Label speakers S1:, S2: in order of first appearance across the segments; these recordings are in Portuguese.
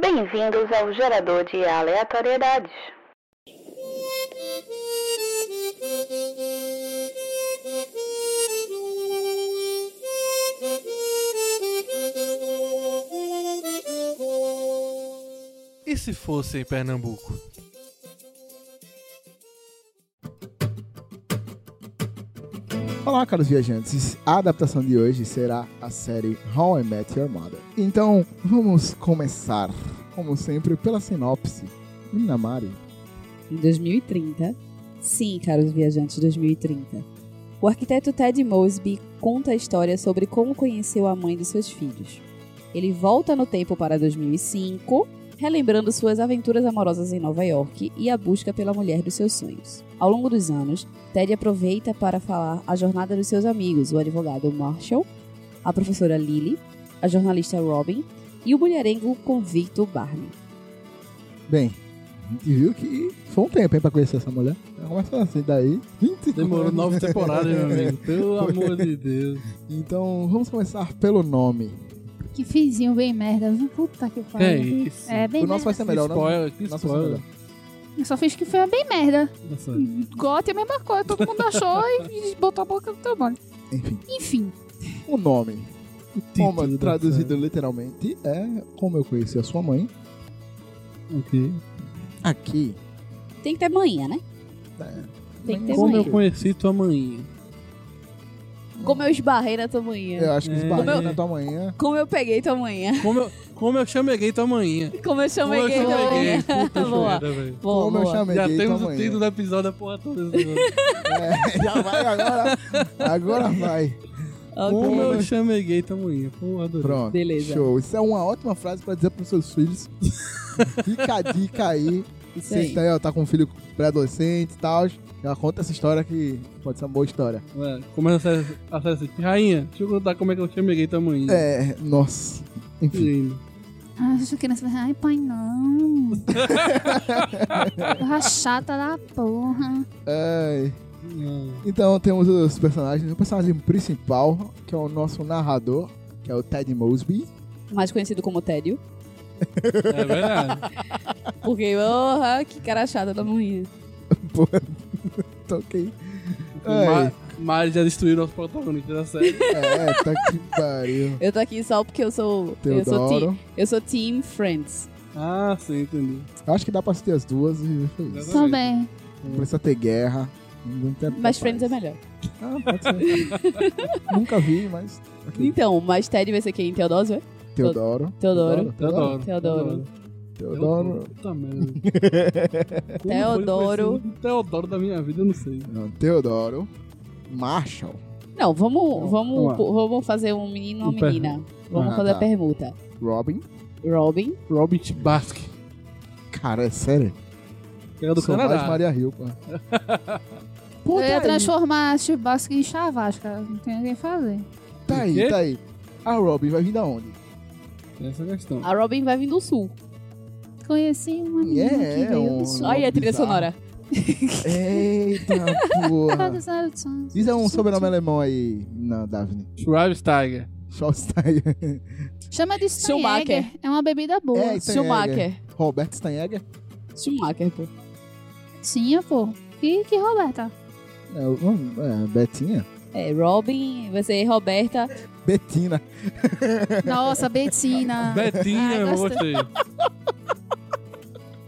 S1: Bem-vindos ao gerador de aleatoriedades.
S2: E se fosse em Pernambuco?
S3: Olá, caros viajantes. A adaptação de hoje será a série How I Met Your Mother. Então, vamos começar, como sempre, pela sinopse. Minha Mari.
S4: em 2030. Sim, caros viajantes, 2030. O arquiteto Ted Mosby conta a história sobre como conheceu a mãe de seus filhos. Ele volta no tempo para 2005, relembrando suas aventuras amorosas em Nova York e a busca pela mulher dos seus sonhos. Ao longo dos anos, Ted aproveita para falar a jornada dos seus amigos, o advogado Marshall, a professora Lily, a jornalista Robin e o mulherengo convicto Barney.
S3: Bem, a gente viu que foi um tempo, hein, pra conhecer essa mulher. Ela Começou assim, daí... 25
S2: Demorou
S3: anos.
S2: nove temporadas, meu amigo. Pelo amor de Deus.
S3: Então, vamos começar pelo nome.
S5: Que fizinho bem merda. viu? Puta que pariu.
S2: É isso.
S5: É, bem
S3: o nosso vai
S5: merda.
S3: ser melhor, não?
S2: spoiler, que
S3: Nosso vai ser
S2: spoiler.
S3: melhor.
S5: Eu só fiz que foi bem merda.
S2: Nossa.
S5: Gote é a mesma coisa. Todo mundo achou e botou a boca no trabalho.
S3: Enfim,
S5: Enfim,
S3: o nome.
S2: O
S3: Como é
S2: título da
S3: traduzido literalmente é Como Eu Conheci a Sua Mãe.
S2: série. Ok.
S3: Aqui.
S4: Tem que ter manhã, né? Tem que ter um
S2: Como eu
S4: manhã.
S2: conheci tua mãe.
S4: Como eu esbarrei na tua manhã.
S3: Eu acho que
S2: É.
S3: esbarrei
S2: Como eu-
S3: na tua manhã.
S4: Como eu peguei tua manhã.
S2: Como eu, como eu chameguei tua manhã.
S4: Como
S2: Como
S4: eu chamei
S2: eu
S4: gay tua
S2: chameguei.
S4: manhã. Tá
S2: Puta
S4: Boa.
S2: merda, velho.
S4: Boa,
S3: Como eu
S4: boa.
S3: chamei
S2: Já
S3: gay
S2: temos
S3: tua
S2: o
S3: manhã.
S2: título do episódio da porra toda. né, esse negócio.
S3: É, já vai agora. Agora vai.
S4: Ok.
S2: Como eu chameguei tua manhã. Pô, adorei.
S3: Pronto.
S4: Beleza.
S3: Show. Isso é uma ótima frase pra dizer pros seus filhos. Fica a dica aí.
S4: Isso
S3: Você
S4: aí.
S3: tá, aí, ó, tá com um filho pré-adolescente e tal. Já conta essa história que pode ser uma boa história.
S2: Ué, Começa a série, a série assim. Rainha, deixa eu contar como é que eu chameguei tua mãe.
S3: É, nossa. Enfim.
S2: Lindo.
S5: ah, essa criança vai. Ai, pai, não. Porra chata da porra.
S3: É,
S2: Não.
S3: então temos os personagens. O personagem principal, que é o nosso narrador, que é o Ted Mosby.
S4: Mais conhecido como Tédio.
S2: É verdade.
S4: Porque, porra, que cara chata tá da manhã.
S3: Pô, tá ok. Ai,
S2: Ma- Mari já destruiu nosso protagonista da série.
S3: é, tá que pariu.
S4: Eu tô aqui só porque eu sou. Eu sou, team,
S3: Teodoro.
S4: eu sou Team Friends.
S2: Ah, sim, entendi.
S3: Eu acho que dá pra assistir as duas e foi isso.
S2: Exatamente.
S5: Também.
S3: Não precisa ter guerra. Não tem
S4: Mas Friends é melhor.
S3: Ah, pode ser. Nunca vi, mas. ok.
S4: Então, mas Ted vai ser quem? Teodósio, é?
S3: Teodoro.
S4: Teodoro.
S2: Teodoro.
S4: Teodoro.
S3: Teodoro.
S2: Puta merda. Como foi assim?
S4: Teodoro.
S2: o Teodoro da minha vida, eu não sei.
S3: Não, Teodoro. Marshall.
S4: Não,
S3: Então,
S4: vamos,
S2: vamos
S4: vamos,
S2: lá.
S4: pô, vamos fazer um menino e
S2: Um
S4: uma
S2: per-
S4: menina. Vamos
S3: Ah,
S4: fazer
S3: tá.
S4: a permuta.
S3: Robin.
S4: Robin.
S2: Robert Basque.
S3: Cara, é sério?
S2: Que era do
S3: Sou
S2: Canadá.
S3: mais Maria Rio, pô. Pô,
S5: Eu ia
S3: tá aí,
S5: transformar Chibasca em Chavasca. Não tem ninguém fazer.
S3: tá
S2: O quê?
S3: aí, tá aí. A Robin vai vir da onde?
S2: Essa é a questão.
S4: A Robin vai vir do sul.
S5: Conheci uma menina
S3: É,
S5: que veio
S3: um-
S5: do sul.
S3: Não,
S4: Olha
S2: Tá.
S4: a trilha
S3: bizarro.
S4: sonora.
S3: Eita porra. Diz um sobrenome alemão aí, na Daphne.
S2: Schweinsteiger.
S3: Schaustein.
S5: Chama de
S4: Schumacher.
S5: Steinegger. É uma bebida boa.
S3: É, Steinegger.
S4: Schumacher.
S3: Roberto Steinegger?
S4: Schumacher, pô.
S5: Sim, pô. E que Roberta?
S3: É, o nome- é, Betinha?
S4: É, Robin, vai ser Roberta.
S3: Betina.
S5: Nossa,
S4: Ah.
S5: Betina.
S2: Betinha,
S5: Ai,
S2: eu gostei.
S5: gostei.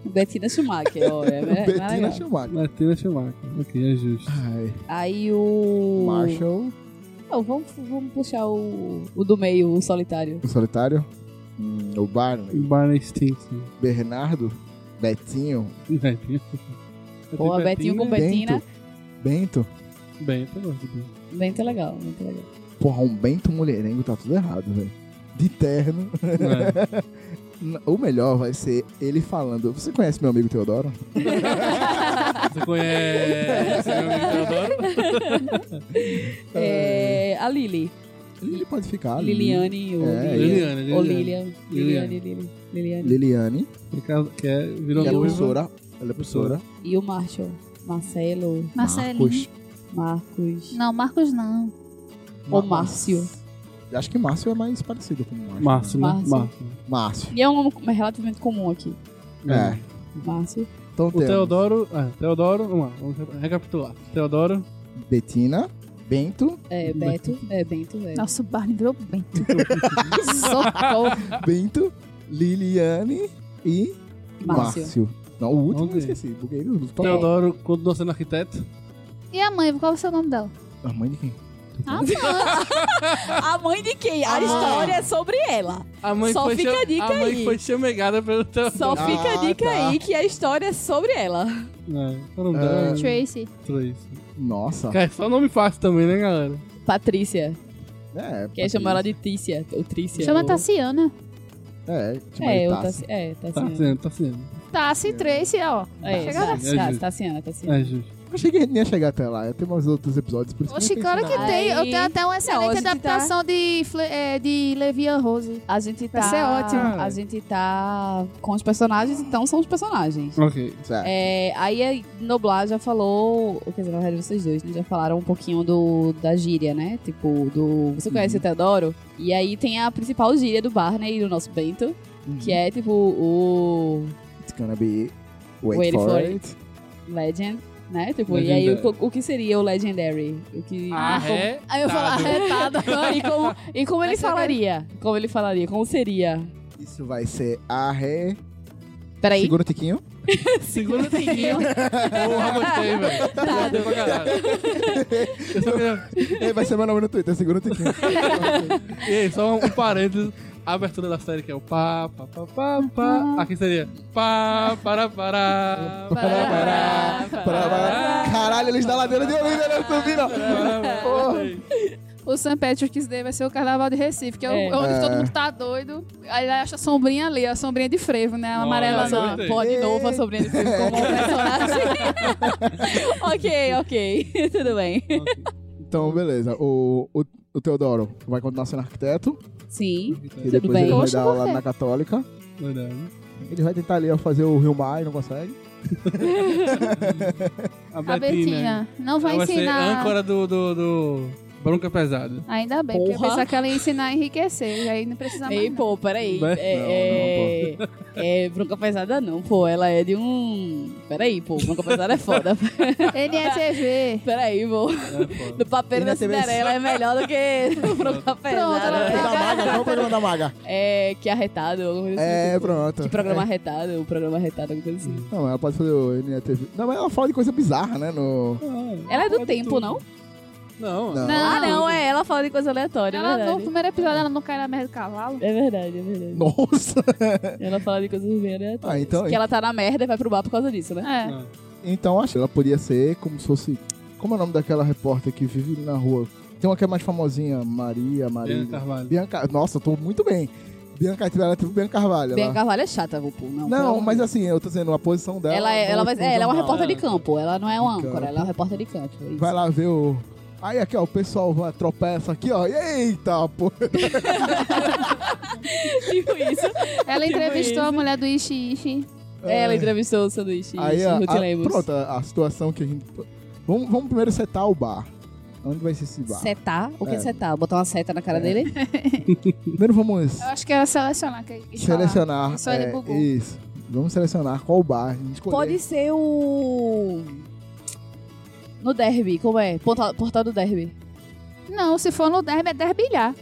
S4: Betina Schumacher, ó. É, é,
S3: Betina
S4: legal.
S3: Schumacher.
S2: Betina Schumacher. Ok, é justo.
S3: Ai,
S4: Aí o.
S3: Marshall.
S4: Não, vamos, vamos puxar o, o do meio, o solitário.
S3: O solitário? Hum, o Barney.
S2: Barney Stinson.
S3: Bernardo? Betinho?
S2: Betinha.
S4: Pô, Betinho com Betina.
S3: Bento?
S2: é Bem, eu gosto dele.
S4: Muito é legal, muito legal.
S3: Porra, um Bento mulherengo tá tudo errado, velho. De terno.
S2: É.
S3: N- O melhor vai ser ele falando. Você conhece meu amigo Teodoro?
S2: Você conhece meu amigo Teodoro?
S4: É, a Lili.
S3: Ele pode ficar. ali.
S4: Liliane ou
S3: É,
S4: Lilian.
S2: Liliana,
S4: Ou
S2: Liliana.
S4: Lilian. Liliane, Lili- Liliane.
S3: Liliane.
S2: Que casa- Que é, virou
S3: Ela é
S4: Liliane.
S2: noiva.
S3: professora. Ela é professora.
S4: E o Marshall. Marcelo,
S5: Marcelinho.
S3: Marcos.
S4: Marcos.
S5: Não, Marcos não.
S4: Ou Márcio.
S3: Acho que Márcio é mais parecido com
S2: Márcio,
S3: Márcio.
S2: né?
S4: Márcio.
S2: Márcio. né?
S3: Márcio.
S4: E é um nome relativamente comum aqui.
S3: É.
S4: Márcio.
S3: Então
S2: O
S3: temos
S2: Teodoro. É, Teodoro, vamos lá, vamos re- recapitular. Teodoro,
S3: Betina, Bento,
S4: É, Beto. É, Bento, é.
S5: Nossa, o Barney virou bem.
S4: Socorro.
S3: Bento, Liliane e
S4: Márcio.
S3: Márcio. Não, o último
S2: Ok.
S3: eu esqueci. Buguei no top.
S2: Teodoro, continua sendo arquiteto.
S5: E a mãe, qual vai ser o nome dela?
S3: A mãe de quem?
S5: A mãe.
S4: A mãe de quem? A
S2: Ah.
S4: história é sobre ela.
S2: A mãe
S4: Só
S2: foi
S4: fica
S2: cham-
S4: a dica
S2: a mãe
S4: aí.
S2: foi chamegada pelo Teodoro.
S4: Só
S3: Ah,
S4: fica a dica
S3: tá.
S4: aí que a história é sobre ela.
S2: É, foram
S3: Ah.
S2: dois,
S5: Tracy.
S2: três.
S3: Nossa.
S2: Cara, é só nome fácil também, né, galera?
S4: Patrícia.
S3: É,
S4: Quem chama ela de Tícia. Ou Trícia.
S5: Chama
S4: ou...
S5: Tassiana.
S3: É, tipo
S4: É,
S3: é,
S4: ou Tassi... É,
S2: Tá
S4: Tassiana.
S2: sendo, tá sendo.
S5: Tassi, Tracy, ó.
S4: É,
S5: Chega
S4: tá-
S2: nessa.
S4: tá- Tassiana, Tassiana.
S2: É justo.
S3: Eu achei que a gente nem ia chegar até lá. Eu tenho mais outros episódios, por isso
S5: Oxi,
S3: que eu
S5: claro
S3: pensei né?
S5: que
S3: nada.
S5: tem. Eu
S4: Aí-
S5: tenho até uma excelente
S4: a gente tá-
S5: adaptação de, Fle- é, de Levian Rose.
S4: A gente tá...
S5: Vai ser ótimo.
S4: A gente tá com os personagens, então são os personagens.
S2: Ok.
S3: Certo.
S4: É, aí a Noblar já falou, ou quer dizer, na verdade vocês dois, né, já falaram um pouquinho do, da gíria, né? Tipo, do. Você conhece o Teodoro? E aí tem a principal gíria do Barney e do nosso Bento, que é tipo o
S3: It's gonna be... Wait,
S4: Wait
S3: for,
S4: for
S3: it.
S4: Legend, né? Tipo, e aí o, o que seria o Legendary? O que.
S5: Ah,
S4: como-
S2: é?
S4: Aí eu falo, arretado. Não, e como, e como ele
S5: Essa eu quero-
S4: falaria? Como ele falaria? Como seria?
S3: Isso vai ser arre...
S4: Peraí.
S3: Segura o tiquinho.
S2: Segura o tiquinho. Porra, gostei, velho.
S4: Tá.
S2: Gostei pra caralho. Eu só queria...
S3: É, vai ser meu nome no Twitter. Segura o tiquinho.
S2: E aí, só um parênteses. A abertura da série que é o pá, pá, pá, pá, pá. Aqui seria pá, para, para,
S3: Pará, pará, pará, pará. Caralho, eles da ladeira de né? olinda não subiram.
S5: O St. Patrick's Day vai ser o carnaval de Recife, que é, o-
S4: É.
S5: é onde
S3: É.
S5: todo mundo tá doido. Aí acha a sombrinha ali, a sombrinha de frevo, né? A
S2: Olha,
S5: amarela.
S2: gostei.
S5: não.
S4: Pode de novo a sobrinha de Felipe como um personagem. ok, ok. Tudo bem.
S3: Então, beleza. O, o, o Teodoro vai continuar sendo arquiteto.
S4: Sim.
S3: E
S4: Tudo
S3: depois
S4: bem.
S3: ele vai
S5: Poxa,
S3: dar aula
S5: por quê?
S3: na Católica.
S2: é Verdade.
S3: Ele vai tentar ali ó, fazer o Rio Mar e não consegue.
S2: A
S5: A Betina. Não vai,
S2: Ela ser
S5: ensinar.
S2: âncora do, do, do Bronca Pesada.
S5: Ainda bem, porque eu
S4: Porra.
S5: pensava que ela ia ensinar a enriquecer. E aí não precisa mais.
S4: Ei,
S5: não.
S4: pô, peraí.
S2: Não,
S4: É, é, é bronca pesada não, pô. Ela é de um... Peraí, pô. Bronca pesada é foda.
S5: NSTV.
S4: Peraí, pô.
S2: É, foda.
S4: Do papel
S3: E
S4: da
S3: na TV?
S4: Cinderela é melhor do que bronca
S5: ela
S4: pesada.
S5: pega-
S3: Da maga, qual é o programa da maga?
S4: É, que arretado. alguma coisa assim,
S3: É,
S4: tipo.
S3: pronto.
S4: Que programa arretado. O programa arretado, alguma coisa assim.
S3: Não, ela pode fazer o NTV. Não, mas ela fala de coisa bizarra, né? No...
S4: Ela é do tempo, não?
S2: Não.
S3: Não.
S4: Ah, não. É ela fala de coisa aleatória, é
S5: Ela, no
S4: verdade.
S5: primeiro episódio ela não cai na merda do cavalo.
S4: É verdade, é verdade.
S3: Nossa!
S4: Ela fala de coisas bem aleatórias.
S3: Ah, então,
S4: Que ela tá na merda e vai pro bar por causa disso, né?
S5: É.
S2: Não.
S3: então acho que ela podia ser como se fosse. Como é o nome daquela repórter que vive na rua? Tem uma que é mais famosinha, Maria, Maria.
S2: Bianca Carvalho.
S3: Bianca. Nossa, eu tô muito bem. Bianca, ela é tipo Bianca Carvalho.
S4: Bem,
S3: lá.
S4: Carvalho é chata, Vupu.
S3: Não,
S4: Não, pelo
S3: mas
S4: amor
S3: assim, eu tô dizendo, a posição
S4: de Deus.
S3: dela.
S4: ela, é, ela, vai, é, ela é uma
S3: jornal.
S4: repórter de campo. Ela não é uma
S3: De
S4: âncora,
S3: campo.
S4: ela é uma repórter de campo. é isso.
S3: Vai lá ver o. Aí aqui, ó, o pessoal vai tropeça aqui, ó. Eita, pô.
S4: Tipo isso.
S5: Ela
S4: Tipo
S5: entrevistou
S4: isso.
S5: a mulher do Ishi Ishi.
S4: ela entrevistou o sanduíche.
S3: É. Aí, a,
S4: Ruth
S3: a-
S4: Lemos.
S3: pronto, a, a situação que a gente. Vamos, vamos primeiro setar o bar. Onde vai ser esse bar?
S4: Setar? O que é
S3: É.
S4: setar? Botar uma seta na cara dele?
S3: Primeiro vamos
S5: Eu acho que era selecionar. Que que falar.
S3: selecionar.
S5: Eu sou ele,
S3: é,
S5: Gugu.
S3: isso. Vamos selecionar qual bar a gente escolher. É,
S4: Pode ser o. No derby, como é? Portal, portal do derby.
S5: Não, se for no derby, é derbilhar.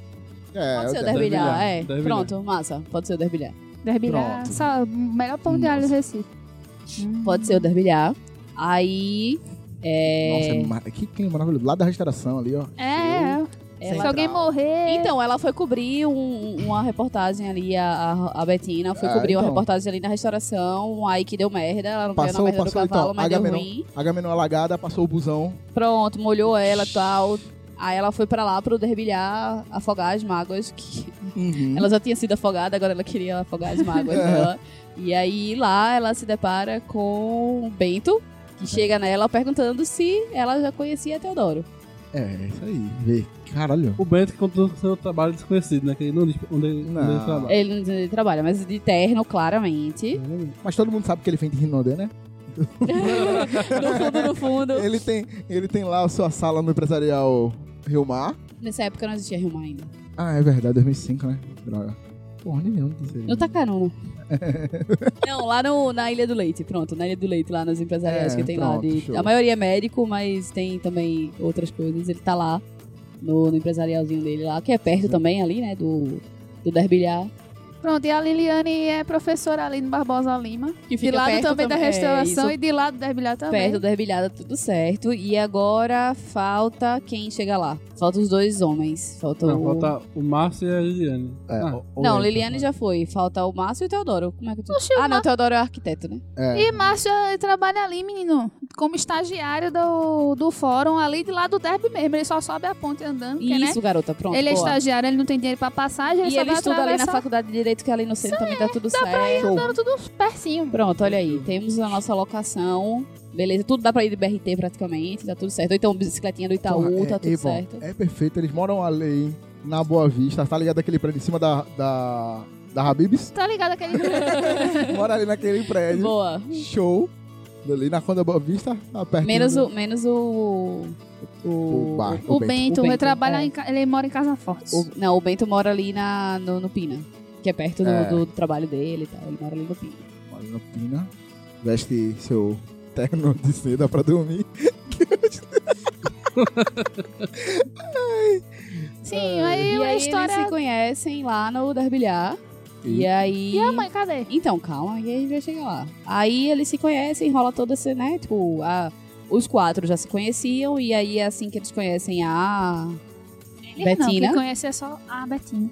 S3: é,
S4: Pode ser o
S3: deve
S4: derbilhar,
S3: brilhar.
S4: é.
S2: Derbilhar.
S4: Pronto, massa. Pode ser o derbilhar.
S5: Derbilhar.
S3: Pronto.
S5: Só, o melhor pão de alho do Recife.
S4: Pode ser o derbilhar. Aí. É...
S3: Nossa, é mar- que clima maravilhoso. Lá da restauração ali, ó.
S5: É, é.
S4: ela-
S5: Se alguém morrer.
S4: Então, ela foi cobrir um- uma reportagem ali, a, a, a Betina foi
S3: Ah,
S4: cobrir uma
S3: então.
S4: reportagem ali na restauração, aí que deu merda, ela não ganhou
S3: Passou,
S4: na merda
S3: passou,
S4: do cavalo,
S3: então,
S4: mas deu
S3: Agamenon.
S4: ruim.
S3: A Gamenon alagada, passou o busão.
S4: Pronto, molhou ela e tal. Aí ela foi pra lá pro derbilhar, afogar as mágoas. Que...
S3: Hum.
S4: Ela já tinha sido afogada, agora ela queria afogar as mágoas dela.
S3: É.
S4: E aí lá ela se depara com o Bento, que chega nela perguntando se ela já conhecia Teodoro.
S3: É, isso aí. Vê. Caralho.
S2: O Bento que continua com seu trabalho desconhecido, né? Que ele não diz onde, ele-
S3: Não.
S2: onde ele trabalha.
S4: Ele não diz onde ele trabalha, mas de terno, claramente.
S3: Mas todo mundo sabe que ele vem de Rinodé, né?
S4: No fundo, no fundo.
S3: Ele tem, ele tem lá a sua sala no empresarial Rio Mar.
S4: Nessa época não existia Rio ainda.
S3: Ah, é verdade, 2005, né? Droga. Porra, nem lembro disso aí.
S4: No Tacaruna. Não, lá no, na Ilha do Leite, pronto. Na Ilha do Leite, lá nas empresariais
S3: É,
S4: que tem lá.
S3: pronto,
S4: de-
S3: show.
S4: a maioria é médico, mas tem também outras coisas. Ele tá lá no, no empresarialzinho dele lá, que é perto
S3: Uhum.
S4: também ali, né? Do, do Derbilhar.
S5: Pronto, e a Liliane é professora ali no Barbosa Lima.
S4: Que
S5: De
S4: fica
S5: lado
S4: perto
S5: também da
S4: também, é,
S5: restauração
S4: isso.
S5: e de lado da Herbilhar também.
S4: Perto do Derbilhada, tudo certo. E agora falta quem chega lá. Falta os dois homens. Falta
S2: Não,
S4: o...
S2: falta o Márcio e a Liliane.
S3: É,
S2: Ah,
S3: o- o
S4: Não,
S3: Lenton,
S4: Liliane
S3: né?
S4: já foi. Falta o Márcio e o Teodoro. Como é que tu...
S5: Oxi,
S4: Ah, não, o Teodoro é arquiteto, né?
S3: É,
S5: E Márcia trabalha ali, menino, como estagiário do, do fórum, ali de lá do derby mesmo. Ele só sobe a ponte andando, porque, né?
S4: Isso, garota, pronto.
S5: Ele é
S4: boa.
S5: estagiário, ele não tem dinheiro pra passagem, ele
S4: E
S5: só
S4: ele
S5: vai
S4: estuda ali na
S5: atravessar,
S4: faculdade de Direito, que ali no centro também tá tudo certo.
S3: show.
S5: andando tudo percinho.
S4: Pronto, olha aí. Temos a nossa locação. Beleza, tudo dá pra ir de BRT praticamente, tá tudo certo. Ou então bicicletinha do Itaú,
S3: Porra,
S4: tá tudo
S3: é, bom,
S4: certo.
S3: É perfeito, eles moram ali na Boa Vista, tá ligado aquele prédio em cima da. da. da Habibs?
S5: Tá ligado aquele...
S3: Mora ali naquele prédio.
S4: Boa.
S3: Show. Ali na Conda Boa Vista, tá perto.
S4: Menos
S3: do-
S4: o. Menos o. O.
S3: O bar.
S5: o,
S3: O
S5: Bento,
S3: Bento.
S4: O
S5: ele
S4: Bento,
S5: trabalha
S4: é.
S5: em ca- ele mora em Casa Forte.
S4: o- não, o Bento mora ali na, no, no Pina. Que é perto do,
S3: É.
S4: do trabalho dele e tal. Ele mora ali no Pina.
S3: Mora na Pina. Veste seu terno de seda pra dormir.
S5: Sim, aí
S4: E
S5: a
S4: aí
S5: história...
S4: eles se conhecem lá no Darbilhar. E, aí.
S5: E a mãe, cadê?
S4: Então, calma, que a gente vai chegar lá. Aí eles se conhecem, rola toda essa, né? Tipo, a- os quatro já se conheciam, e aí é assim que eles conhecem a.
S5: Ele Não,
S4: Betina.
S5: quem conhece é só a Betina.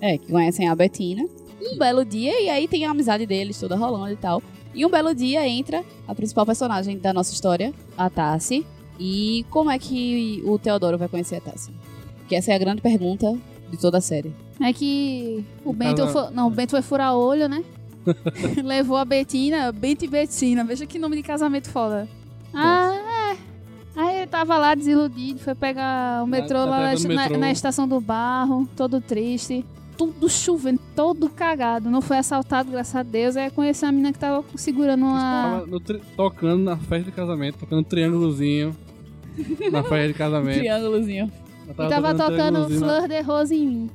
S4: É, que conhecem a Betina. Um belo dia, e aí tem a amizade deles toda rolando e tal. E um belo dia entra a principal personagem da nossa história, a Tassi. E como é que o Teodoro vai conhecer a Tassi? Porque essa é a grande pergunta de toda a série.
S5: É que
S2: No
S5: o Bento
S2: caso,
S5: foi, não, o Bento foi furar olho, né? Levou a Betina, Bento e Betina. Veja que nome de casamento foda. Ah, é. Aí ele tava lá desiludido, foi pegar Tá o
S2: Na-
S5: metrô
S2: na
S5: lá na,
S2: entrada do
S5: na-
S2: metrô.
S5: na estação do barro, todo triste, tudo chovendo, todo cagado. Não foi assaltado, graças a Deus. Aí conheceu a menina que tava segurando uma.
S2: Tava no tri- tocando na festa de casamento, tocando triângulozinho. na festa de casamento.
S4: Triângulozinho.
S2: Ela
S5: E tava tocando né?
S2: triângulozinho na-
S5: Fleur de Rose em mim.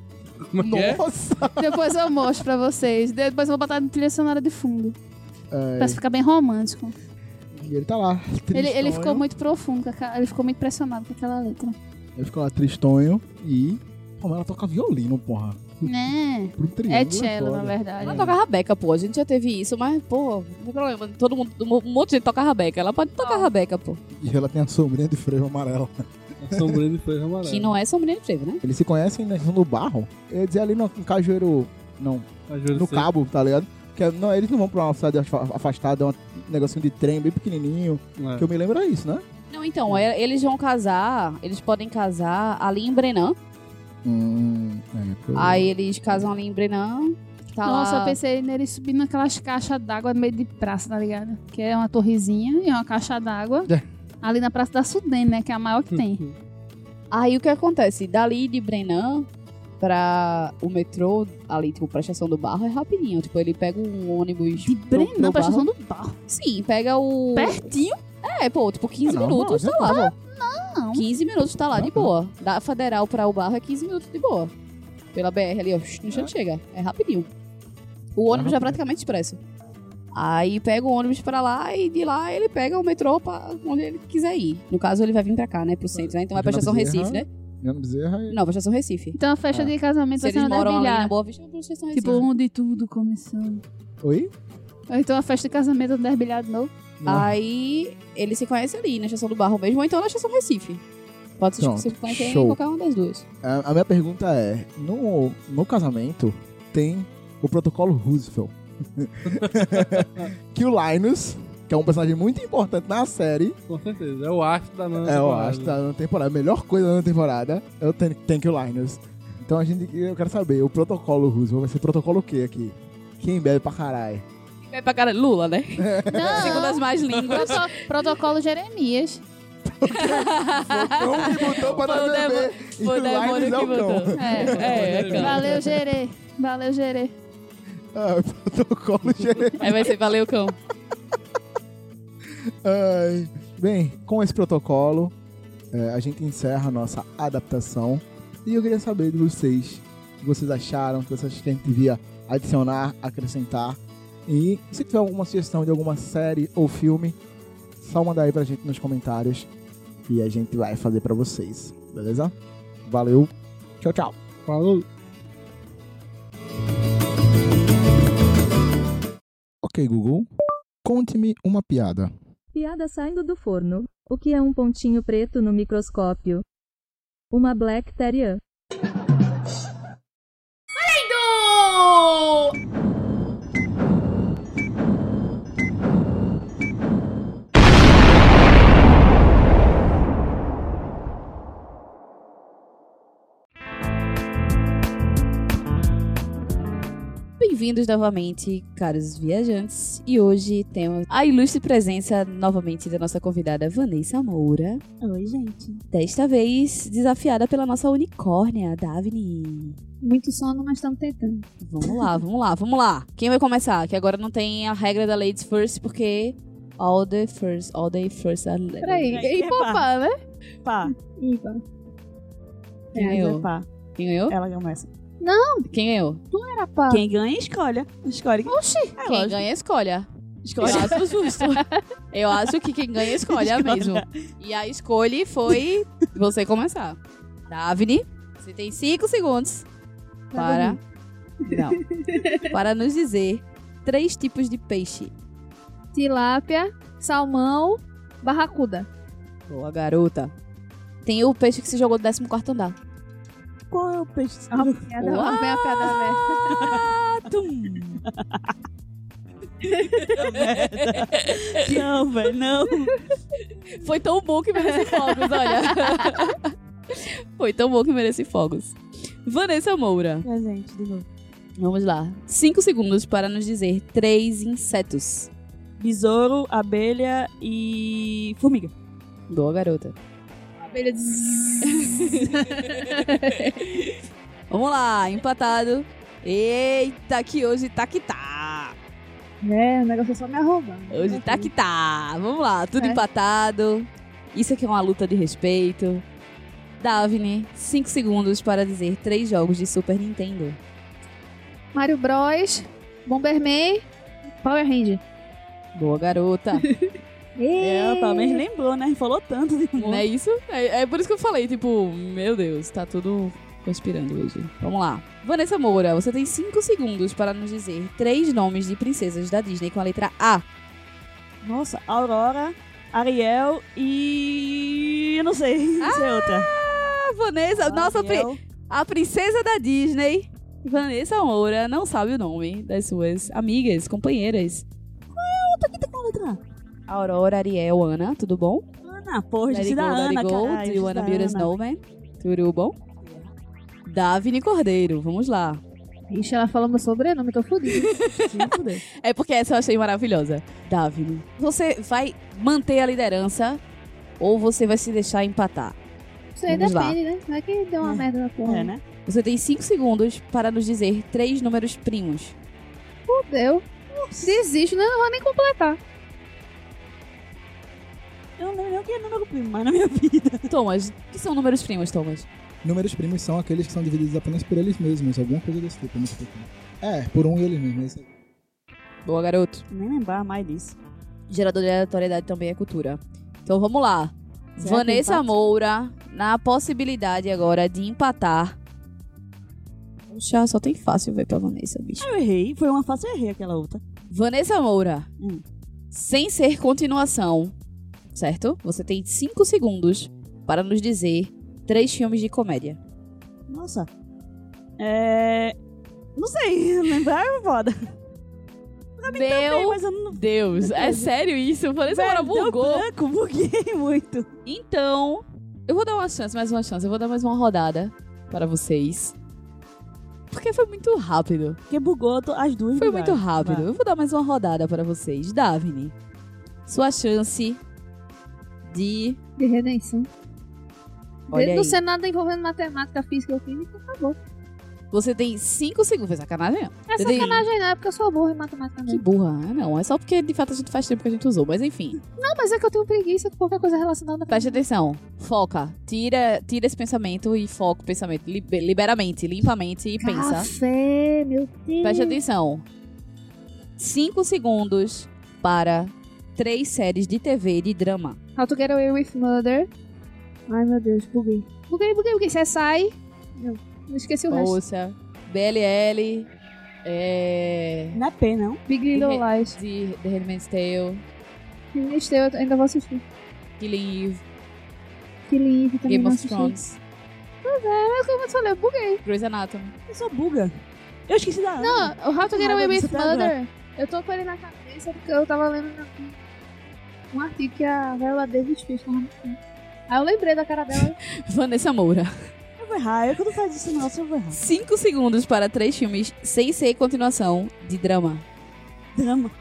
S2: Como é que é?
S3: Nossa!
S5: Depois eu mostro pra vocês. Depois eu vou botar na trilha sonora de fundo.
S3: É,
S5: Pra ficar bem romântico.
S3: e ele tá lá.
S5: Ele, ele
S3: tristonho.
S5: ficou muito profundo, com aquela- ele ficou muito impressionado com aquela letra.
S3: Ele ficou lá tristonho e. Pô, mas ela toca violino, porra.
S5: Né?
S3: Pro triângulo.
S5: É cello,
S3: foda.
S5: na
S4: Ela
S5: verdade.
S4: toca rabeca, pô. A gente já teve isso, mas, pô, não tem problema. Todo mundo, um monte de gente toca rabeca. Ela pode tocar rabeca, pô.
S3: E ela tem a sombrinha de freio amarela.
S2: São Breno e Fleur Amarela.
S4: Que não é sombrinha de frevo, né?
S3: Eles se conhecem na região do barro. Eu ia dizer ali no cajueiro. Não,
S2: A Júlia
S3: no
S2: Santos.
S3: cabo, tá ligado? Que, não, eles não vão pra uma cidade afa- afastada, é um negocinho de trem bem pequenininho.
S2: É.
S3: Que eu me lembro é isso, né?
S4: Não, então, é- eles vão casar, eles podem casar ali em Brenan.
S3: Hum, é, que eu-
S4: Aí eles casam ali em Brenan. Tá
S5: Nossa,
S4: lá.
S5: eu pensei nele subindo naquelas caixas d'água no meio de praça, tá ligado? Que é uma torrezinha e uma caixa d'água.
S3: É.
S5: Ali na Praça da Sudene, né? Que é a maior que tem.
S4: Aí o que acontece? Dali de Brenan pra o metrô, ali, tipo, pra estação do barro, é rapidinho. Tipo, ele pega um ônibus.
S5: De
S4: pro- pro
S5: Brenan, pra
S4: barro.
S5: estação do barro.
S4: Sim, pega o.
S5: Pertinho?
S4: É, pô, tipo, 15
S3: Ah, não,
S4: minutos
S3: não,
S4: tá lá.
S5: Não.
S4: 15 minutos tá lá, de
S3: Ah,
S4: boa. Da Federal pra o barro é 15 minutos de boa. Pela BR ali, ó, no chão chega. É rapidinho. O ônibus já é
S3: rápido.
S4: praticamente expresso. Aí pega o ônibus pra lá e de lá ele pega o metrô pra onde ele quiser ir. No caso, ele vai vir pra cá, né? Pro centro, né? Então vai pra
S3: Joana
S4: estação
S3: Bezerra.
S4: Recife, né?
S3: Leandro Bezerra e-
S4: Não, pra estação Recife.
S5: Então a festa
S3: Ah.
S5: de casamento
S4: Se
S5: vai ser
S4: eles
S5: na
S4: moram ali na
S5: Derbilhar.
S4: Boa Vista, vai pra estação Recife.
S5: Tipo, onde tudo começou.
S3: Oi?
S5: Ou então a festa de casamento do Derbilhar de novo.
S4: um- Aí ele se conhece ali, na estação do barro mesmo, ou então na estação Recife. Pode se
S3: Pronto,
S4: se conhecer em
S3: show.
S4: qualquer uma das duas.
S3: A, a minha pergunta é: no, no casamento tem o protocolo Roosevelt. que o Linus, que é um personagem muito importante na série,
S2: Com certeza. É o astro da Nana.
S3: é, eu
S2: Temporada.
S3: acho, tá na temporada. A melhor coisa da temporada é o Thank Thank you, Linus. Então a gente, eu quero saber: o protocolo Roosevelt vai ser protocolo o quê aqui? Quem bebe pra caralho?
S4: Vai pra cara Lula, né? Segundo as
S5: Não.
S4: mais línguas.
S5: Proto- Protocolo Jeremias.
S3: O cão que botou pra
S4: Foi o
S3: não beber.
S4: devo-
S3: E
S4: foi o
S3: o
S4: demônio
S3: Linus é
S4: que
S3: o cão.
S4: botou.
S5: É.
S4: É, é, cara.
S5: Valeu, Gerê. Valeu, Gerê.
S3: Ah, o protocolo gerente.
S4: Aí vai ser valeu, cão.
S3: Ai, Bem, com esse protocolo, é, a gente encerra a nossa adaptação. E eu queria saber de vocês que vocês acharam, que vocês acham que a gente devia adicionar, acrescentar. E se tiver alguma sugestão de alguma série ou filme, só mandar aí pra gente nos comentários e a gente vai fazer pra vocês, beleza? Valeu, tchau, tchau.
S2: Falou.
S3: Ok, Google, conte-me uma piada.
S6: Piada saindo do forno. O que é um pontinho preto no microscópio? Uma Black Terrier.
S4: Bem-vindos novamente, caros viajantes. E hoje temos a ilustre presença novamente da nossa convidada Vanessa Moura.
S7: Oi, gente.
S4: Desta vez desafiada pela nossa unicórnia, Davni.
S7: Muito sono, mas estamos tentando.
S4: Vamos lá, vamos lá, vamos lá. Quem vai começar? Que agora não tem a regra da Ladies First, porque all the first, all day first are ladies.
S5: Peraí,
S7: Peraí,
S5: e
S7: epa.
S5: papá, né?
S7: Pá. Iba.
S4: Quem
S7: É
S4: ganhou?
S7: Pá.
S4: Quem ganhou?
S7: Ela começa.
S4: Quem ganhou?
S5: Era pá. Tá
S7: Quem ganha, escolhe. Escolhe.
S5: Oxi.
S7: É,
S4: Quem
S7: lógico.
S4: ganha, escolha. Eu
S7: Escolhe.
S4: acho justo. Eu acho que quem ganha, escolhe é mesmo. E a escolha foi você começar. Davine, você tem cinco segundos
S7: Tá
S4: para. Não. Para nos dizer três tipos de peixe.
S5: Tilápia, salmão, barracuda.
S4: Boa, garota. Tem o peixe que se jogou do 14 andar.
S7: Qual é o peixe?
S5: Piada,
S4: Uau!
S5: vem a piada aberta.
S4: Tum.
S7: Não, velho, não.
S4: Foi tão bom que merece fogos, olha. Foi tão bom que merece fogos. Vanessa Moura.
S7: Presente, de novo.
S4: Vamos lá. Cinco segundos para nos dizer três insetos.
S7: Besouro, abelha e formiga.
S4: Boa, garota.
S5: Abelha zzz.
S4: Vamos lá, empatado. Eita, que hoje tá que tá.
S7: É, o negócio é só me arrombar.
S4: Hoje tá que tá. Vamos lá, tudo
S5: É.
S4: empatado. Isso aqui é uma luta de respeito. Davine, cinco segundos para dizer três jogos de Super Nintendo.
S5: Mario Bros, Bomberman, Power Ranger.
S4: Boa, garota.
S7: É, pelo menos lembrou, né? Falou tanto de
S4: Não
S7: amor.
S4: é isso? É, é por isso que eu falei, tipo, meu Deus, tá tudo conspirando hoje. Vamos lá. Vanessa Moura, você tem cinco segundos para nos dizer três nomes de princesas da Disney com a letra A.
S7: Nossa, Aurora, Ariel e... Eu não sei. Não sei outra.
S4: Ah, Vanessa, nossa, pri-
S7: Ariel.
S4: a princesa da Disney, Vanessa Moura, não sabe o nome das suas amigas, companheiras.
S7: Puta que tá com a letra A?
S4: Aurora, Ariel, Ana, tudo bom?
S7: Ana, porra,
S4: Let
S7: gente
S4: it go,
S7: da
S4: let
S7: Ana,
S4: it go.
S7: caralho.
S4: Do you wanna
S7: gente
S4: build a
S7: da Ana.
S4: snowman? Tudo bom? Davine Cordeiro, vamos lá.
S5: Ixi, ela falou meu sobrenome, tô fodida.
S4: É porque essa eu achei maravilhosa. Davine, você vai manter a liderança ou você vai se deixar empatar?
S5: Isso aí
S4: Vamos lá.
S5: depende, né? Não é que deu uma
S7: É.
S5: merda na porra.
S7: É, né?
S4: Você tem 5 segundos para nos dizer três números primos.
S5: Fudeu. Desisto, né? Não vou nem completar.
S7: Eu não lembro nem o que é número primo, mas na minha vida.
S4: Thomas, o que são números primos, Thomas?
S3: Números primos são aqueles que são divididos apenas por eles mesmos, alguma coisa desse tipo. eu Não sei como. é, por um e eles mesmos. é isso aí.
S4: Boa, garoto.
S7: Nem lembrar mais disso.
S4: Gerador de aleatoriedade também é cultura. Então vamos lá.
S7: Será que
S4: Vanessa
S7: empata?
S4: Moura, na possibilidade agora de empatar. Puxa, só tem fácil ver pra Vanessa, bicho.
S7: Ah, Eu errei, foi uma fácil, eu errei aquela outra.
S4: Vanessa Moura,
S7: Hum.
S4: sem ser continuação, certo? Você tem 5 segundos para nos dizer três filmes de comédia.
S7: Nossa. É. Não sei, lembrar é foda. Ei,
S4: Meu
S7: mas eu não.
S4: Deus, é sério isso? Vanessa Moura
S7: Velho, deu
S4: bugou.
S7: branco, buguei muito.
S4: Então, eu vou dar uma chance, mais uma chance. Eu vou dar mais uma rodada para vocês. Porque foi muito rápido.
S7: Porque bugou tô- as duas.
S4: Foi muito
S7: bugaram.
S4: rápido.
S7: Vai.
S4: Eu vou dar mais uma rodada para vocês. Davine, sua chance de.
S5: De redenção.
S4: Olha
S5: não
S4: aí.
S5: tá sei nada envolvendo matemática, física ou química, acabou.
S4: Você tem 5 segundos. Foi sacanagem, né? não.
S5: É
S4: Você tem-
S5: sacanagem, não. É porque eu sou burra em matemática
S4: Que
S5: mesmo.
S4: burra. Ah, Não, é só porque de fato a gente faz tempo que a gente usou, mas enfim.
S5: Não, mas é que eu tenho preguiça de qualquer coisa relacionada com
S4: Preste atenção. Foca. Tira, tira esse pensamento e foca o pensamento. Libe- libera a mente, limpa a mente e pensa.
S5: Café, Ah, meu Deus.
S4: Preste atenção. 5 segundos para três séries de TV de drama.
S5: How to Get Away with Murder. Ai, meu Deus, buguei. Buguei, buguei, buguei. Você sai. Não, não esqueci o resto.
S4: Bolsa, BLL, é...
S7: Não é P, não?
S5: Big Little Lies.
S4: The, The Handmaid's Tale,
S5: Ministério, eu ainda vou assistir.
S4: Killing Eve,
S5: Killing Eve também
S4: Game
S5: não
S4: of
S5: assisti.
S4: Thrones,
S5: Mas como eu falei, eu buguei.
S4: Grey's Anatomy.
S7: Eu sou buga. Eu esqueci da Ana.
S5: Não, o How to Get
S7: Nada,
S5: Away with
S7: você tá agora.
S5: Murder. Eu tô com ele na cabeça porque eu tava lendo na- um artigo que a Viola Davis fez. com ela. Aí eu lembrei da cara dela.
S4: Vanessa Moura.
S7: Eu vou errar. Eu quando faz esse negócio, eu vou errar.
S4: 5 segundos para três filmes sem ser continuação de drama.
S7: Drama.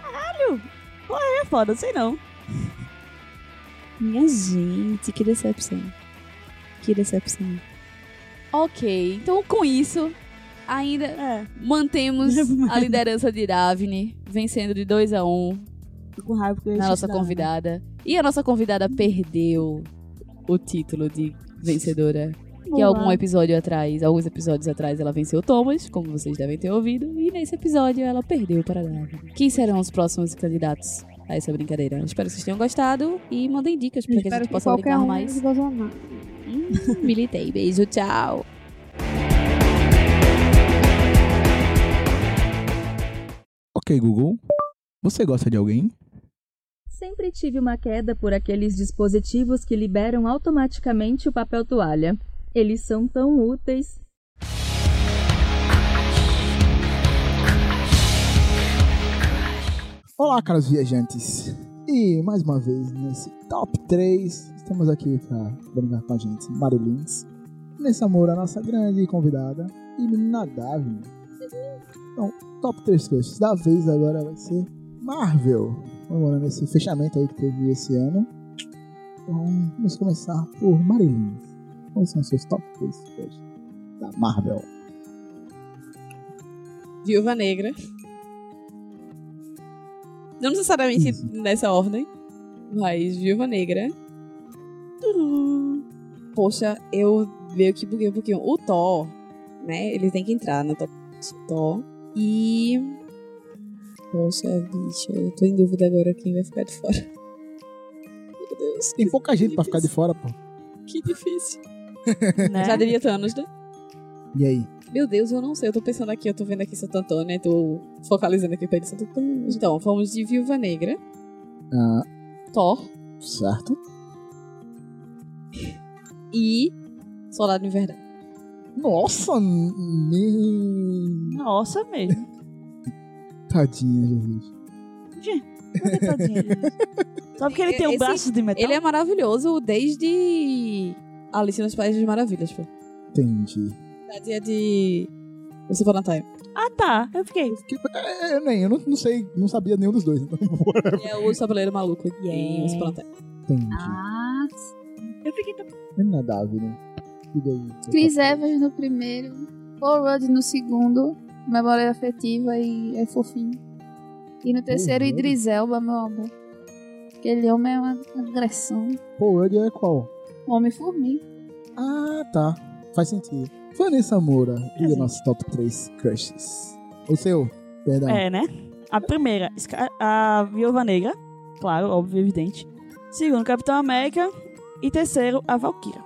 S7: Caralho. Porra, aí é foda. Sei não.
S4: Minha gente, que decepção. Que decepção. Ok, então com isso, ainda
S7: É.
S4: mantemos a liderança de Davine, vencendo de 2 a 1 um
S7: Tô com raiva porque eu né?
S4: na
S7: esqueci
S4: nossa
S7: da Ana.
S4: convidada. E a nossa convidada perdeu o título de vencedora. Que
S7: Olá.
S4: algum episódio atrás, alguns episódios atrás, ela venceu o Thomas, como vocês devem ter ouvido, e nesse episódio ela perdeu para a Davi. Quem serão os próximos candidatos a essa brincadeira? Espero que vocês tenham gostado e mandem dicas para que a
S5: Espero
S4: gente
S5: que
S4: possa
S5: qualquer
S4: brincar
S5: um
S4: mais.
S5: de Bolsonaro.
S4: Hum, militei. Beijo, tchau.
S8: Ok, Google. Você gosta de alguém?
S6: Sempre tive uma queda por aqueles dispositivos que liberam automaticamente o papel toalha. Eles são tão úteis.
S3: Olá, caros viajantes! E mais uma vez nesse top 3, estamos aqui para brincar com a gente, Marilins, Nessa amor, a nossa grande convidada e menina Davi. Então, top 3 coisas. Da vez agora vai ser Marvel. Comemorando esse fechamento aí que teve esse ano. Então, vamos começar por Marilins. Quais são os seus top 3 coisas da Marvel?
S4: Viúva Negra. Não necessariamente nessa ordem, mas Viúva Negra. Tudu. Poxa, eu meio que buguei um pouquinho. O Thor, né? Ele tem que entrar no top de Thor. E. Poxa, bicho, eu tô em dúvida agora quem vai ficar de fora. Meu Deus.
S3: Tem
S4: que-
S3: pouca gente pra ficar de fora, pô.
S4: Que difícil.
S7: Né?
S4: Já diria Thanos, né?
S3: E aí?
S4: Meu Deus, eu não sei. Eu tô pensando aqui, eu tô vendo aqui Santo Antônio, né? Tô focalizando aqui pra ele Santo Antônio. Então, vamos de Viúva Negra,
S3: Ah,
S4: Thor
S3: certo?
S4: e Soldado Invernal.
S3: Nossa, me...
S7: Nossa, mesmo.
S3: Tadinha, Jesus.
S7: Por que tadinha, gente? Só porque ele tem um
S4: Esse-
S7: braço de metal.
S4: Ele é maravilhoso desde Alice nos Países das Maravilhas, pô.
S3: Entendi.
S4: Da dia de... Você for na Time.
S7: Ah, tá. Eu fiquei.
S3: Que- é, é, nem, eu não, não sei, não sabia nenhum dos dois. Então, bora.
S4: E é o Chapeleiro Maluco. E Você for na Time.
S3: Entendi.
S5: Ah,
S7: Eu fiquei
S3: Menina Davi, né? Diga aí.
S5: Chris Evans no primeiro, Paul Rudd no segundo, memória afetiva e é fofinho. E no terceiro,
S3: Rudd.
S5: Idris Elba, meu amor. Aquele homem é uma agressão.
S3: Paul Rudd é qual?
S5: Homem-formiga.
S3: Ah, tá. Faz sentido. Vanessa Moura, diga nosso top 3 crushes. O seu, perdão.
S7: É, né? A primeira, Scar- a Viúva Negra. Claro, óbvio, evidente. Segundo, Capitão América. E terceiro, a Valkyria.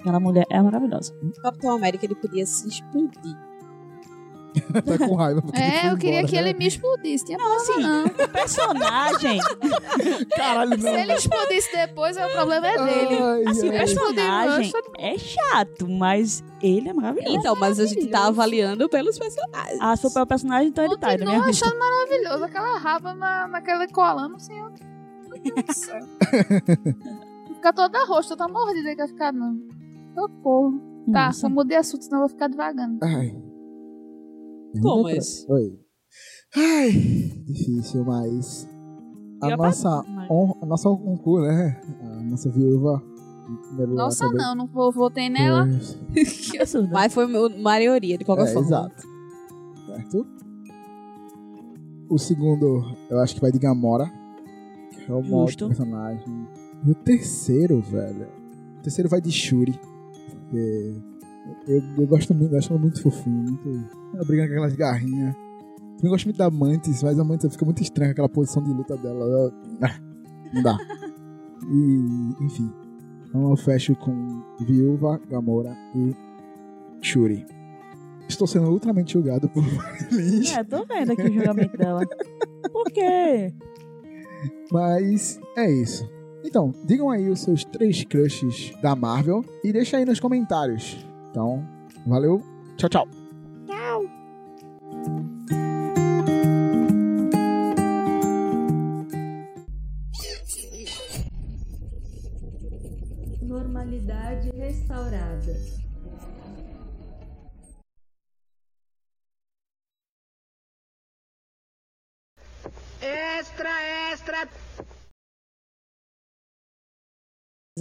S7: Aquela mulher é maravilhosa.
S4: Capitão América, ele podia se explodir.
S3: tá com raiva. porque ele
S5: É,
S3: foi
S5: eu queria
S3: embora,
S5: que ele me explodisse. Tinha não,
S7: assim,
S5: não.
S7: o personagem.
S3: né? Caralho,
S5: Se
S3: não.
S5: ele explodisse depois, aí o problema é dele.
S3: Ai,
S7: assim, o
S3: ai.
S7: personagem
S5: Eu
S7: é chato, mas ele é maravilhoso.
S4: Então, mas a gente tá
S5: maravilhoso.
S4: avaliando pelos personagens.
S7: Ah, se for pelo personagem, então ele tá. Ele é
S5: Continuo
S7: minha lista.
S5: achando maravilhoso aquela raba na, naquele colando, assim, eu... Meu Deus do céu. Fica toda roxa, toda mordida que vai ficar, não. Socorro. Tá,
S7: Nossa.
S5: só mudei assunto, senão eu vou ficar devagando.
S3: Ai.
S4: Thomas.
S3: Oi. Ai, difícil, mas. A
S7: Pior pra
S3: nossa
S7: mim, mas-
S3: honra, a né? nossa concurso, né? A nossa viúva Em primeiro lugar,
S5: Nossa,
S3: também. É,
S5: não, né, não vou, votei nela.
S3: Pois.
S7: Que absurdo.
S4: Mas foi meu- maioria, de qualquer
S3: É,
S4: forma.
S3: exato. Certo? O segundo, eu acho que vai de Gamora. Que é o maior
S7: Justo.
S3: personagem. E o terceiro, velho. O terceiro vai de Shuri. Porque eu, eu gosto muito, eu acho ela muito fofinho. Muito... Ela brigando com aquelas garrinhas. Eu gosto muito da Mantis, mas a Mantis fica muito estranha aquela posição de luta dela. Ela- Ah, Não dá. E, enfim. Então eu fecho com Viúva, Gamora e Shuri. Estou sendo ultramente julgado por Lynch,
S7: É, tô vendo aqui o julgamento dela. Por quê?
S3: mas é isso. Então, digam aí os seus três crushes da Marvel e deixa aí nos comentários. Então, valeu, tchau, tchau.
S6: Normalidade restaurada.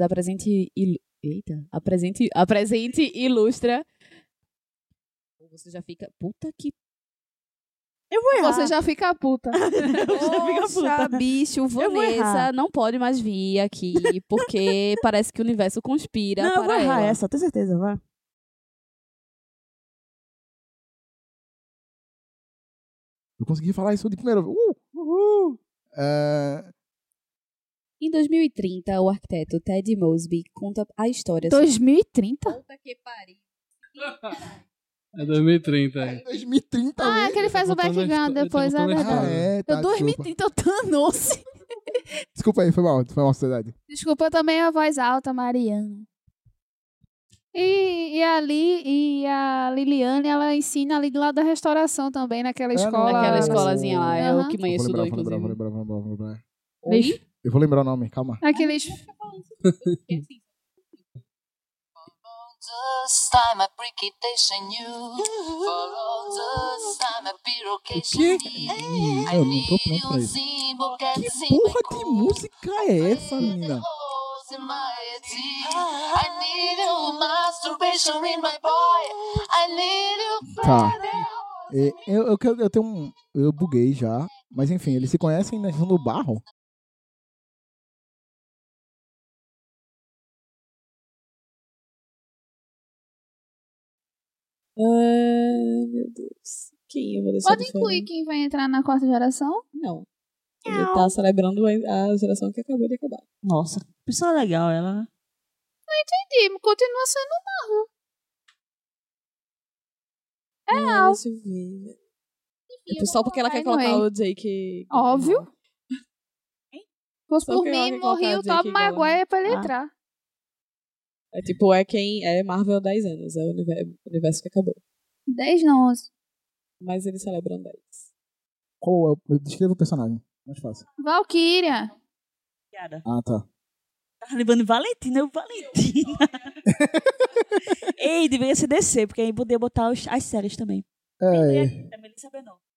S4: Apresente ilu... Eita. Apresente, apresente ilustra. Você já fica. Puta que.
S7: Eu vou errar.
S5: Você já fica puta.
S7: Você fica
S4: Poxa,
S7: puta.
S4: bicho,
S7: vou
S4: Vanessa
S7: errar.
S4: não pode mais vir aqui porque parece que o universo conspira
S7: Não, eu vou
S4: para
S7: errar
S4: ela.
S7: essa, tenho certeza, vá.
S3: Eu consegui falar isso de primeira vez. Uh! Uhul! É,
S4: Em 2030, o arquiteto Ted Mosby conta a história
S5: 2030?
S4: Puta que pariu.
S2: É 2030. é.
S3: 2030
S5: Ah,
S3: mesmo.
S5: é que ele faz o
S2: botando a
S5: background
S2: história,
S5: depois,
S2: tá
S5: é
S2: botando a
S5: verdade.
S3: Ah, é, tá,
S5: Eu
S3: desculpa.
S5: 2030, eu Thanos.
S3: desculpa aí, foi mal, foi mal, sociedade.
S5: Desculpa também a voz alta, Mariana. E, e ali, e a Liliane, ela ensina ali do lado da restauração também, naquela
S3: É, não,
S5: escola.
S4: Aquela
S3: Ah,
S4: escolazinha lá, é o
S5: Aham.
S4: que mãe
S3: Eu vou
S4: estudou,
S3: lembrar, vou lembrar, vou
S4: inclusive.
S3: lembrar, vou lembrar, vou lembrar.
S4: Oi?
S3: Eu vou lembrar o nome, calma.
S5: Aqueles.
S3: é
S9: Just time a bricky station you follow just time a pirocation
S8: quê?
S9: you.
S8: Eu não tô pronto pra
S9: é,
S8: isso.
S9: Zimbo cat zimbo
S8: Porra de música é essa, menina?
S9: holes in my teeth. I need a masturbation in my boy. I need a
S3: Tá. É, eu, eu, quero- eu tenho um. Eu buguei já. Mas enfim, eles se conhecem na região do barro?
S4: Ah, meu Deus. Quem eu vou deixar
S5: Pode
S4: de fora?
S5: incluir quem vai entrar na quarta geração?
S4: Não. Ele tá celebrando a a geração que acabou de acabar.
S7: Nossa, pessoa legal ela, né?
S5: Entendi, continua sendo.
S4: É, deixa eu ver. É só porque ela quer
S5: Anyway.
S4: colocar o Jake.
S5: Óbvio. Fosse
S4: Só
S5: por
S4: que ela quer
S5: mim, morria o
S4: colocar
S5: Top
S4: Jake Gyllenhaal.
S5: Maguire pra ele
S7: Ah.
S5: entrar.
S4: É tipo, é quem. É Marvel há 10 anos. É o universo, o universo que acabou.
S5: 10 não, 11.
S4: Mas eles celebram 10.
S3: Qual é o. eu Descreva o personagem. Mais fácil.
S5: Valkyria.
S7: Obrigada.
S3: Ah, tá.
S7: Tá lembrando de Valentina, eu Valentina. Ei, deveria ser né? descer, porque aí poderia botar os- as séries também.
S3: É,
S7: Também não saber não.